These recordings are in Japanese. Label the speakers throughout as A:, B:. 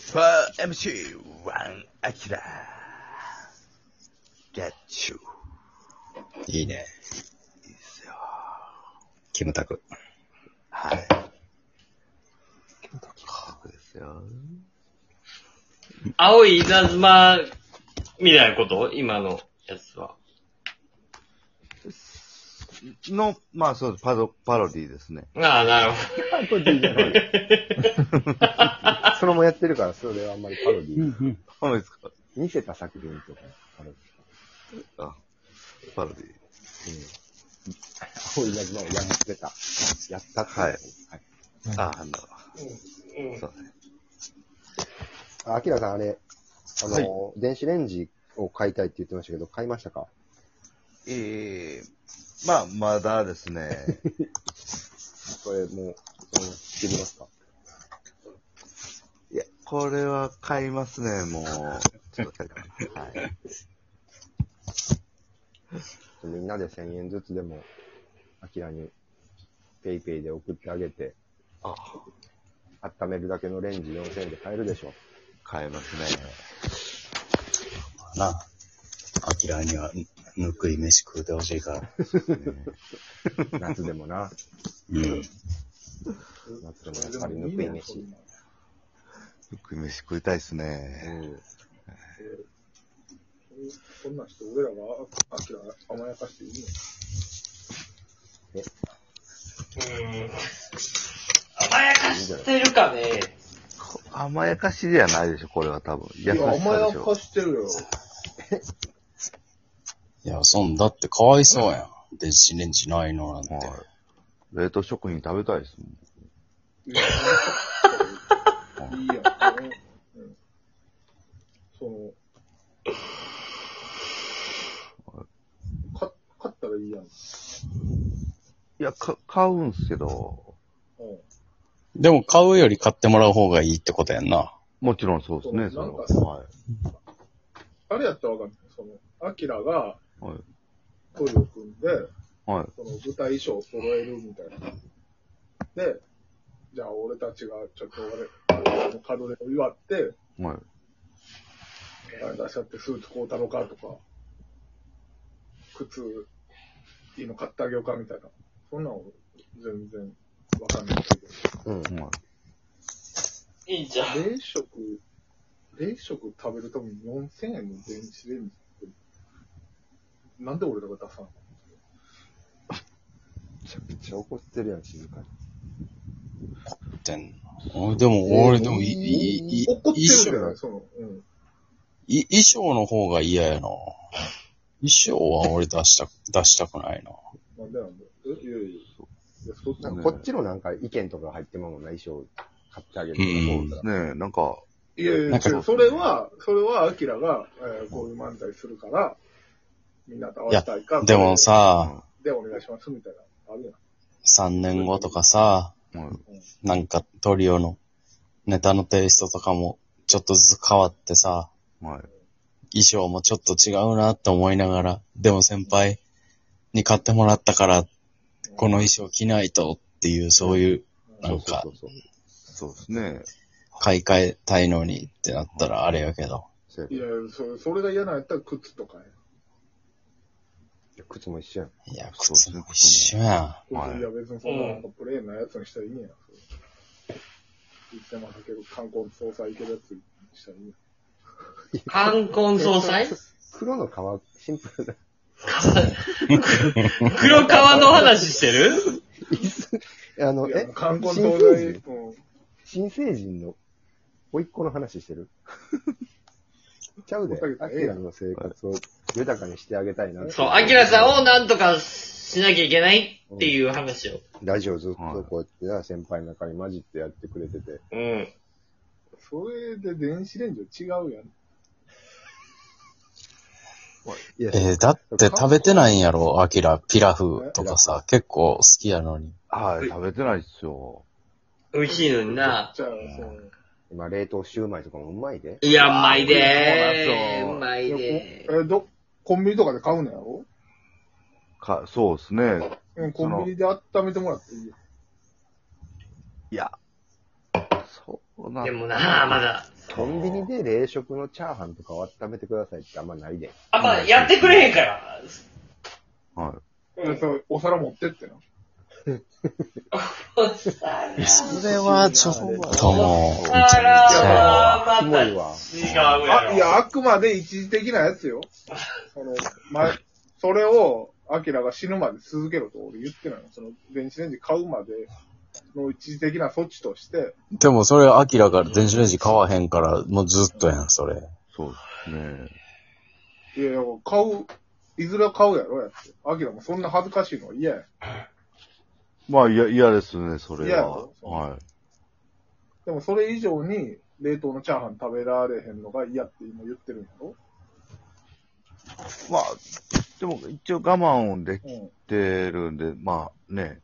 A: 4MC1 アキラゲッチュ
B: いいね。
A: いいっすよ。
B: キムタク。
A: はい。そうですよ。
C: 青い稲妻みたいなこと今のやつは。
A: の、まあそうです。パロ、パロディですね。
C: ああ、なるほ
D: パロディじゃない。それもやってるから、それはあんまりパロディ。
A: そうですか
D: 見せた作品とか、パロディ。
A: あ、パロディ。
D: 青い稲妻をやってた。やったってう
A: はい
D: はい。
A: あ、あの、
C: ど。
A: そうね。
D: あ、アキラさん、あれ、あの、電子レンジを買いたいって言ってましたけど、買いましたか
A: えー、まあ、まだですね。
D: それもう、その、切りますか
A: いや、これは買いますね、もう。ちょっと買いますはい。
D: みんなで1000円ずつでも、アキラに、ペイペイで送ってあげて、
A: あ、
D: 温めるだけのレンジ4000円で買えるでしょ。
A: 買いますね。
B: なあ。アキラには、ぬくい飯食うてほしいから。
D: 夏でもな。
B: うん。
D: 夏でもやっぱりぬくい飯。
A: よく飯食いたいっす
D: う
A: ね。
D: ん。
E: そんな人、俺らは、あきら甘やかしていい
C: うん。甘やかしてるかね。
A: こ甘やかしじゃないでしょ、これは多分。優し
E: の
A: さでし
E: 甘や
A: ょ
E: か。してるよ。
B: いや、そんだってかわいそうやん。電子レンジないのなんて。
A: はい。冷凍食品食べたいですもん。
E: いいやん、いいやんそのうんその、か勝ったらいいやん。
A: いや、か、買うんすけど、
E: うん
B: でも買うより買ってもらう方がいいってことやんな。
A: もちろんそうですね、そ
E: そう
A: れ
E: なん
A: は。
E: かさ
A: はい。
E: あれやったらわかんない。その、アキラが
A: はい。
E: トリを組んで、
A: はい。
E: その舞台衣装を揃えるみたいな。で、じゃあ俺たちがちょっと俺、あの門出を祝って、
A: はい。
E: あれ出しちゃってスーツ買うたろかとか、靴、いいの買ってあげようかみたいな。そんなの全然わかんないけど。
D: うん。
A: はい
C: いいじゃん。
E: 冷食、冷食食べるために4000円の電子レンジって、なんで俺らが出さんの
D: めちゃくちゃ怒ってるやん、静かに。
B: ってんのでも、俺、でも、い、い、い、
E: 怒って
B: 衣
E: るじゃない
B: 装、
E: その、うん。
B: い衣装の方が嫌やな。衣装は俺出した、 出したくないな。
E: なんでなんでえいやいや。いや、そっち
D: なん
E: の
D: かこっちのなんか意見とか入ってまうもんな、衣装買ってあげるとか
B: うん
D: そうだ。
A: ねえ、なんか、
E: いやいや、
B: な
E: 違
B: んか
E: うそれは、それは、アキラが、えーこういう漫才するから、みんなと合わせたいか。
B: でも、さ、
E: でお願いします、みたいな。あるやん。
B: 3年後とかさ、
A: はい。
B: なんかトリオのネタのテイストとかもちょっとずつ変わってさ、
A: はい。
B: 衣装もちょっと違うなって思いながら、でも先輩に買ってもらったから、この衣装着ないとっていう、そういう、なんか
D: そ、うそうそう。
A: そうですね。
B: 買い替えたいのにってなったらあれやけど。
D: そうやけ
E: い
D: ど
E: やいや、それそれが嫌なんやったら、靴とかや。
D: 靴も一緒やん。
B: いや、
A: そうです
B: 靴
A: ね
B: も一緒や
E: い
A: はい
E: や、別にそんななんかプレーンなやつにしたらいいんや。いつでも履ける、観光総裁いけるやつにしたらいいんや。
C: 冠婚葬 祭
D: 黒の革、シンプルな。
C: 黒革の話してる
D: あの、
E: いや
D: え
E: もう、冠婚
D: 新
E: 総
D: 成
E: 裁、う
D: 人
E: ん。
D: 新成人の、甥いっ子の話してる ちゃうで。アキラの生活を豊かにしてあげたいな。
C: そう、アキラさんをなんとかしなきゃいけないっていう話を。
D: ラジオずっとこうやってな、先輩の中に混じってやってくれてて。
C: うん。
E: それで電子レンジは違うやん。
D: いや、
B: ん。えーだって食べてないんやろ、アキラ、ピラフとかさ、結構好きやのに。
A: はい、食べてないっすよ。
C: 美味しいのにな。
E: じゃあ、その、
D: 今、冷凍シューマイとかもうまいで。
C: いや、うまい
A: そう
C: で
A: なんすよ
C: ー。うまいで
E: え、ど、コンビニとかで買うのやろ
A: か、そうですね。
E: うん、コンビニで温めてもらっていいよ。
A: いや、そうな
C: ー。
A: ん
C: でもなー、まだ、
D: コンビニで冷食のチャーハンとかを温めてくださいってあんまないで。
C: あんまやってくれへんから。
A: は
C: うん
E: そうお皿持ってってな。
C: お皿。
B: それはちょっともう、
C: お
B: めちゃめち
C: 皿
B: ゃ。
C: はまた違
D: キモ
C: う
D: いわ
C: や
E: あ、
C: ろ。
E: いや、あくまで一時的なや つよ。その、ま、それを、アキラが死ぬまで続けろと俺言ってないの。その、電子レンジ買うまでの一時的な措置として、
B: でもそれ、アキラが電子レンジ買わへんから、もうずっとやん、それ。
A: い。そうですね。
E: いや、いや買う、いずれは買うやろ、やって。アキラもそんな恥ずかしいのは嫌や。
A: まあ、いや、嫌ですね、それ
E: 嫌や
A: は
E: ろ。
A: は
E: でもそれ以上に、冷凍のチャーハン食べられへんのが嫌って今言ってるんやろ
A: い。まあ、でも一応我慢をでき
E: うん。
A: てるんで、まあね、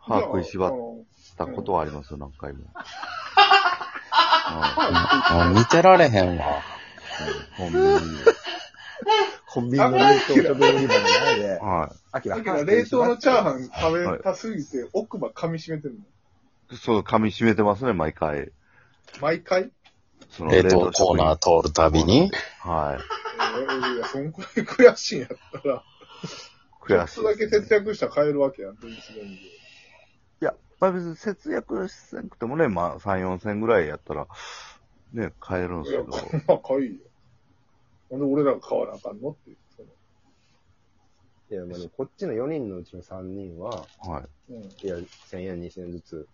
A: 歯食いしばったことはありますよ、何回も。はい
B: もう見てられへんわ。
A: コンビニで
D: コンビニの冷凍食べ物にもないで。
A: は
D: アキ
E: だ
D: ラ、
E: から冷凍のチャーハ
D: ン。
E: ン食べたすぎて、奥歯噛み締めてるの。
A: い。そう、噛み締めてますね、毎回。
E: 毎回
A: そ
B: 冷凍コーナ
A: ー。
B: ー通るたびに。
A: はい。
E: えいや、そんくらい悔しいんやったら、
A: 悔
E: ち
A: し
E: ょ
A: い
E: っとだけ
A: ですね。
E: 節約したら買えるわけやん、電子レンジ。
A: いや、まあ別に節約しなくてもね、まあ3、4千ぐらいやったら、ね、買えるんです
E: い
A: け
E: や、
A: ど。
E: こんなん買いよ。なんで俺らが買わなあかんのっていう。その
D: いや、まあでもこっちの4人のうちの3人は、
A: はい。
E: うん。
D: いや、1000円、2000円ずつ、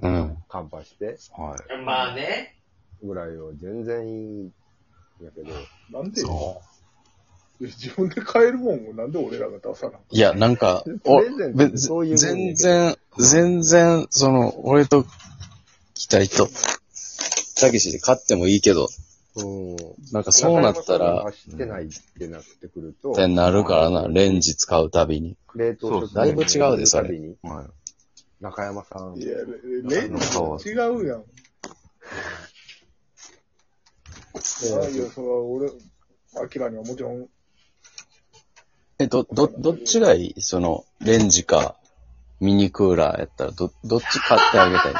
B: うん。
D: カンパして、
A: はい。
C: まあね。
D: ぐらいを全然いいんやけど、
E: なんでよ
B: そう。
E: いや自分で買えるもんをなんで俺らが出さなあかん
B: いや、なんか、お
D: プレゼントって
B: べ
D: そういうもんやけど
B: 全然、全然、その、俺と、期待と、たけしで勝ってもいいけど、
D: うん。
B: なんかそうなったら、っ
D: 走ってないってなってくると、
B: てなるからな、レンジ使うたびに。
D: 冷凍食品
A: だい
B: ぶ違うでそれ
D: たびに
A: はい。
D: 中山さん
E: い、や、レレンジと違うやん。ないよ、それは俺、アキラにはもちろん、
B: え、ど、ど、どっちがいいその、レンジか、ミニクーラーやったら、ど、どっち買ってあげた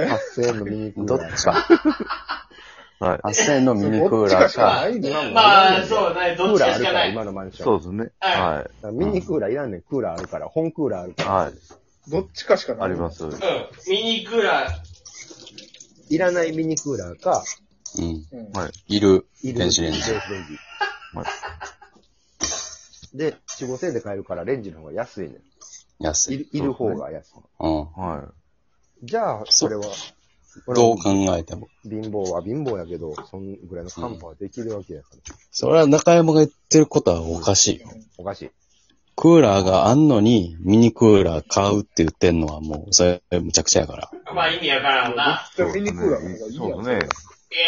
B: い
D: 8000円のミニクー
B: どっ
D: ラー
B: ちか。
A: はい。
B: 8000円のミニク
E: ど
B: ー
E: っち
B: ラ
E: か
B: ー
E: しか
B: か
E: な、いねん。
C: まあ、そうね。ど
D: ク
C: っち
D: ーラー
C: か
D: あ
C: し
D: る
C: か
D: か
C: な
D: ら、
C: い。
D: 今のマンション。
A: そうですね。
C: は
A: は
D: だからミニクーラーいらんねん。クーラーあるから、本クーラーある
A: い。
D: から。
A: はい。
E: どっちかしかない。
A: あります。
C: うん。ミニクーラー。
D: いらないミニクーラーか、
B: うん。
E: うん。
A: はい
B: いる、
D: いる
B: 電子レンジ。
D: 電子レンジ
A: はい
D: で、4、5000円で買えるから、レンジの方が安いねん。
B: 安
D: い
B: い。
D: るいる方が安い。
B: うん。
A: は
D: じゃあ、それは、
B: どう
D: 俺
B: 考
D: は
B: えても。
D: 貧乏は貧乏やけど、そんぐらいのカンパはできるわけやから。
B: それは中山が言ってることはおかしいよ。
D: おかしい。
B: クーラーがあんのに、ミニクーラー買うって言ってんのはもう、それ、むちゃくちゃやから。
C: まあ意味わからんな。
A: い。
E: じゃあミニクーラーの方がいいやん。
A: そうですね。
C: いや、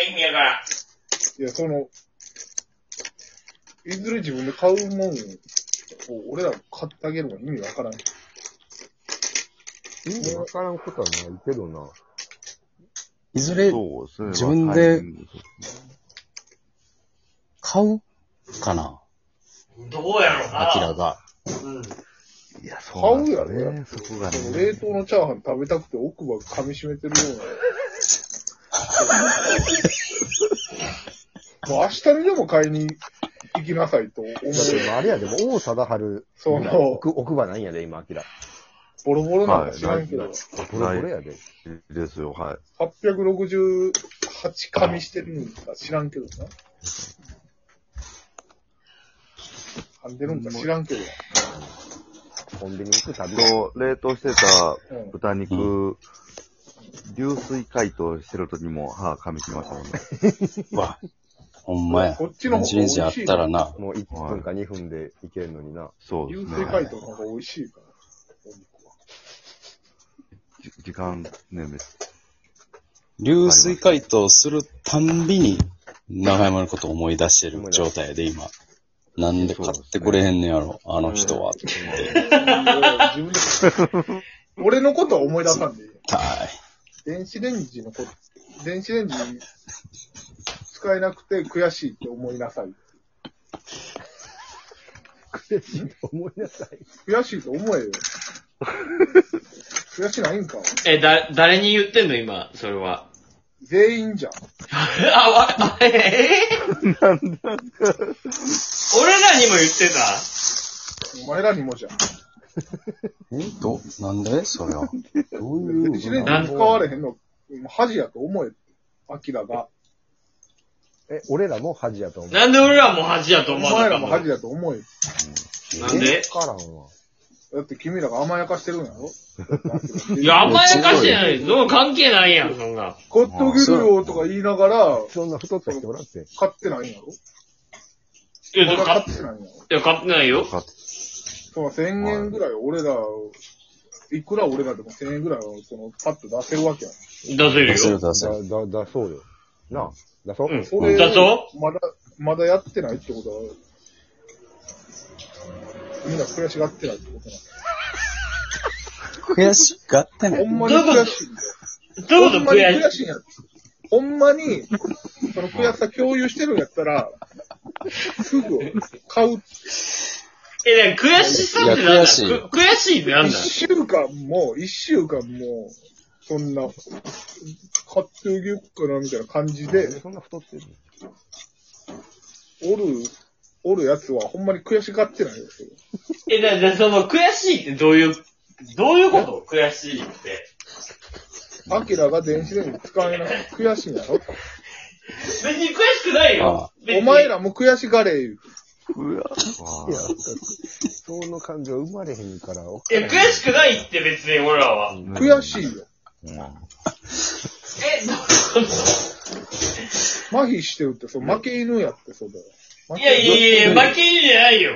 C: 意味わからん。
E: いや、その、いずれ自分で買うもんを、俺らが買ってあげるのは意味わからん。
D: 意味わからんことはないけどな。
B: いずれ、
A: そうですね。
B: 自分で買うかな
C: どうやろうな。
B: アキラが。
C: うん。
A: いや、そうなんです
E: 買うや
A: ね。そこが
E: その
A: ね。
E: 冷凍のチャーハン食べたくて奥歯噛み締めてるような。 もう明日にでも買いに行きなさいと思う。
D: だって今あれやで、も王貞治、
E: そう
D: 今奥奥歯なんやで、今、アキラ。
E: ボロボロなんか知らんけど、
A: はい
D: ボロボロやで。
A: いいですよ、はい。
E: 868噛みしてるんか知らんけどな。噛んでるんか知らんけど。
D: コンビニ行くたびに。
A: と、冷凍してた
E: うん
A: 豚肉、流水解凍してる時も歯噛みしましたもんね。
B: わ。ほんまや。
E: こっちの方が
B: 電子
E: 美
B: レン
E: 味しいな
B: ジあったらな。
D: もう1分か2分で行けるのにな。
A: そうです
E: 流
A: ね。
E: 水解凍の方が美味しいから。お肉は
A: じ時間ね、めっ
B: 流水解凍するたんびに、長山のことを思い出してる状態で今。なんで買ってくれへんねやろ、あの人は。
E: 自分で。 俺のことは思い出さんでいいよ。
B: たい。
E: 電子レンジのこと、電子レンジ使えなくて悔しいって思いなさい。
D: 悔しいと思いなさい。
E: 悔しいと思えよ。悔しないんか。
C: え、だ、誰に言ってんの今、それは。
E: 全員じゃん。
C: あ、わ、あええ俺らにも言ってた
E: お前らにもじゃん。
B: えど、なんでそれは。
D: どういう
E: 電子レンジ使われへんの、恥やと思え、アキラが。
D: え、俺らも恥やと思う。
C: なんで俺らも恥やと
E: お
C: 思わ
E: 前
C: なか
E: ら
C: った
E: も
C: の
E: 恥やと思え。
C: なんで
D: わからんわ。
E: だって君らが甘やかしてるんやろ
C: いや、甘やかしてない。どう関係ないやん、そんな。
E: 買ってあげるよとか言いながら、
D: そんな太った人おらんって。
E: 買ってないんやろ
C: いや、
E: まだ
C: 買っ
E: 買ってないんや
C: い
E: ろ
C: や買ってないよ。
A: かって
E: その1000円ぐらい俺ら、いくら俺らでも1000円ぐらいをそのパッと出せるわけやん。
C: 出せる
B: 出せる
C: よ。
B: 出せ
D: だ、
B: る。
D: だ、出そうよ。なあ、出そう。
C: うん
E: それ
C: 出そ
E: まだ、まだやってないってことは、みんな悔しがってないってことな
B: 悔しがってない。
E: の。ほんまに悔しいんだよ。
C: どう
E: ほ
C: ぞ
E: んまに
C: 悔しい
E: 悔。しいんや。ほんまに、その悔しさ共有してるんやったら、すぐ買う。
C: え、だから悔しさってなん
B: い
C: だ
B: や
C: 悔
B: 悔
C: し
B: し
C: い
B: いよ
C: 悔しいってなん
E: 一
C: だ
E: 週間も、一週間も、そんな、買ってあげよっかなみたいな感じで、
D: そんな太ってる
E: おる、おるやつはほんまに悔しがってないですよ。
C: え、だからその悔しいってどういう、どういうこと悔しいって。
E: アキラが電子レンジ使えなくて悔しいんやろ
C: 別に悔しくないよ。別に
E: お前らも悔しがれ言う。
A: うわ
D: いや、その感情生まれへんから、お
C: いや、悔しくないって別に俺らは。
E: 悔しいよ。
C: え、どういうこ
E: 麻痺してるって、そう、負け犬やって、そうだよ。負
C: といや
E: け
C: いやいや、負け犬じゃないよ。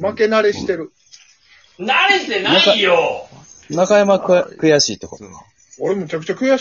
E: 負け慣れしてる。
C: 慣れてないよ。
B: 中山くわ悔しいってこと
E: 俺むちゃくちゃ悔しい。